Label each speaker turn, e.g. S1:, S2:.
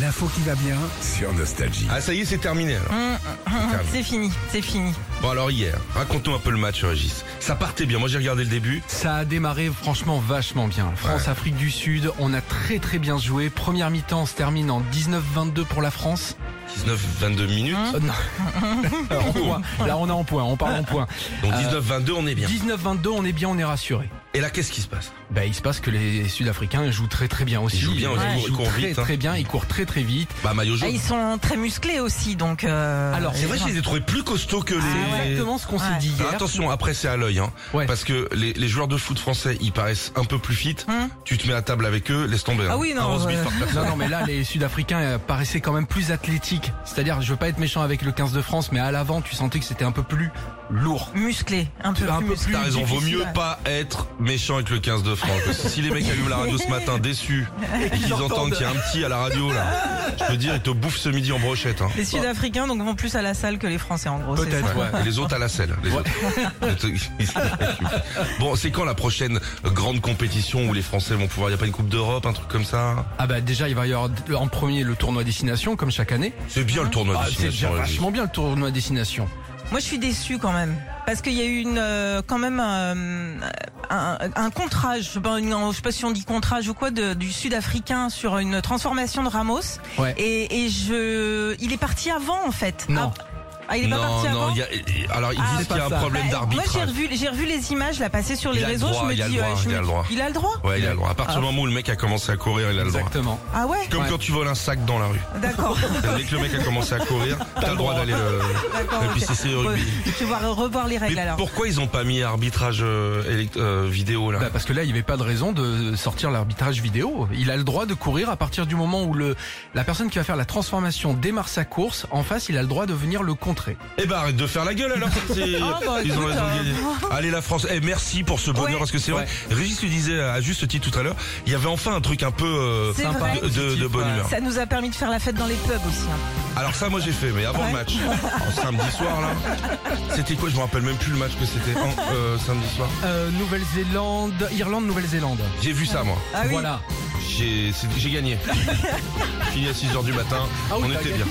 S1: L'info qui va bien sur Nostalgie.
S2: Ah ça y est, c'est terminé alors.
S3: Hein
S2: terminé.
S3: C'est fini, c'est fini.
S2: Bon alors hier, raconte-nous un peu le match Régis. Ça partait bien, moi j'ai regardé le début.
S4: Ça a démarré franchement vachement bien. France-Afrique du Sud, on a très très bien joué. Première mi-temps se termine en 19-22 pour la France.
S2: 19-22 minutes.
S3: Hein
S2: Oh,
S4: Euh, non. En points. Là on est en point, on parle en point.
S3: Euh,
S2: Donc 19-22 on est bien.
S4: 19-22, on est bien, on est rassuré.
S2: Et là qu'est-ce qui se passe
S4: Bah, il se passe que les Sud-Africains jouent très très bien aussi.
S2: Ils jouent bien aussi, ils
S4: jouent
S2: courent
S4: très
S2: vite, hein.
S4: très bien, ils courent très très vite.
S2: Bah maillot
S3: Ah,
S2: jaune.
S3: ils sont très musclés aussi, donc. euh,
S4: Alors,
S2: C'est vrai que je les ai trouvés plus costauds que les...
S4: C'est exactement ce qu'on s'est
S3: Ah Ouais.
S4: dit hier.
S2: Alors, attention, après c'est à l'œil, hein,
S4: Ouais.
S2: parce que les, les joueurs de foot français, ils paraissent un peu plus fit.
S3: Hum.
S2: Tu te mets à table avec eux, laisse tomber.
S3: Ah
S2: hein.
S3: oui, non,
S2: Un roast
S3: ouais.
S2: beef par personne.
S4: Non, non, mais là, les Sud-Africains euh, paraissaient quand même plus athlétiques. C'est-à-dire, je veux pas être méchant avec le 15 de France, mais à l'avant, tu sentais que c'était un peu plus lourd.
S3: musclés, un peu
S4: Un
S3: plus
S4: peu
S3: musclés.
S4: plus
S2: T'as raison, vaut
S3: difficile,
S2: mieux
S3: ouais.
S2: pas être méchant avec le 15 de France. Parce que si les mecs allument la radio ce matin déçus et qu'ils entendent qu'il y a un petit à la radio là, je peux dire, ils te bouffent ce midi en brochette. Hein.
S3: Les Sud-Africains donc vont plus à la salle que les Français en gros. c'est
S4: Peut-être,
S3: ça
S4: ouais.
S2: Et les autres à la selle. les autres. Ils se récupèrent. bon, c'est quand la prochaine grande compétition où les Français vont pouvoir. Il a pas une Coupe d'Europe, un truc comme ça
S4: Ah bah déjà, il va y avoir en premier le tournoi destination, comme chaque année.
S2: C'est bien le tournoi
S4: Ah,
S2: de
S4: c'est déjà
S2: destination. Régis.
S4: vachement bien le tournoi destination.
S3: Moi, je suis déçue quand même. Parce qu'il y a eu une, euh, quand même euh, un, un contrage, je sais pas, une- je sais pas si on dit contrage ou quoi, de- du Sud-Africain sur une transformation de Ramos.
S4: Ouais.
S3: Et, et je, il est parti avant en fait.
S4: Non.
S3: Ah, ah, il est pas
S2: Non,
S3: parti
S2: non,
S3: avant.
S2: il y a- alors ils
S3: Ah,
S2: disent
S4: c'est
S2: qu'il y a
S4: pas
S2: un
S4: ça.
S2: problème
S3: Bah, Moi, j'ai
S2: d'arbitrage.
S3: revu, j'ai revu les images, là, passer sur les
S2: Il a le
S3: réseaux.
S2: droit,
S3: je me
S2: il a le
S3: dis,
S2: droit,
S3: euh, je
S2: il
S3: me
S2: a le
S3: dis-
S2: droit.
S3: il a le droit.
S2: Ouais, il a le droit. À partir du moment où le mec a commencé à courir, il a le droit.
S4: Exactement.
S3: Ah ouais.
S2: Comme
S4: Ah. Ouais.
S2: quand tu voles un sac dans la rue.
S3: D'accord.
S2: Dès que le mec a commencé à courir, t'as le droit d'aller le.
S3: D'accord.
S2: Et puis
S3: ok.
S2: c'est- c'est rugby.
S3: Re- Tu vas re- revoir les règles
S2: Mais
S3: alors.
S2: pourquoi ils ont pas mis arbitrage euh, élect- euh, vidéo là
S4: Bah, parce que là, il n'y avait pas de raison de sortir l'arbitrage vidéo. Il a le droit de courir à partir du moment où le, la personne qui va faire la transformation démarre sa course. En face, il a le droit de venir le contrer.
S2: Eh bah arrête de faire la gueule alors. c'est-
S3: Ah, bah,
S2: ils ont
S3: écoute,
S2: raison de
S3: euh,
S2: gagner. Allez la France. Eh merci pour ce bonheur
S3: Ouais.
S2: parce que c'est vrai. Régis le disait à juste titre tout à l'heure. Il y avait enfin un truc un peu euh,
S3: C'est
S4: Sympa.
S3: vrai.
S2: de, de- de bonne
S4: Ouais.
S2: humeur.
S3: Ça nous a permis de faire la fête dans les pubs aussi. hein.
S2: Alors ça moi j'ai fait, mais avant le
S3: Ouais.
S2: match, en samedi soir là. C'était quoi Je me rappelle même plus le match que c'était en, euh, samedi soir.
S4: Euh, Nouvelle-Zélande, Irlande, Nouvelle-Zélande.
S2: J'ai vu ça moi.
S3: Ah oui.
S4: Voilà.
S2: J'ai c'est- j'ai gagné. Fini à 6h du matin.
S4: Ah
S2: On
S4: oui, t'as
S2: était bien.
S4: gagné.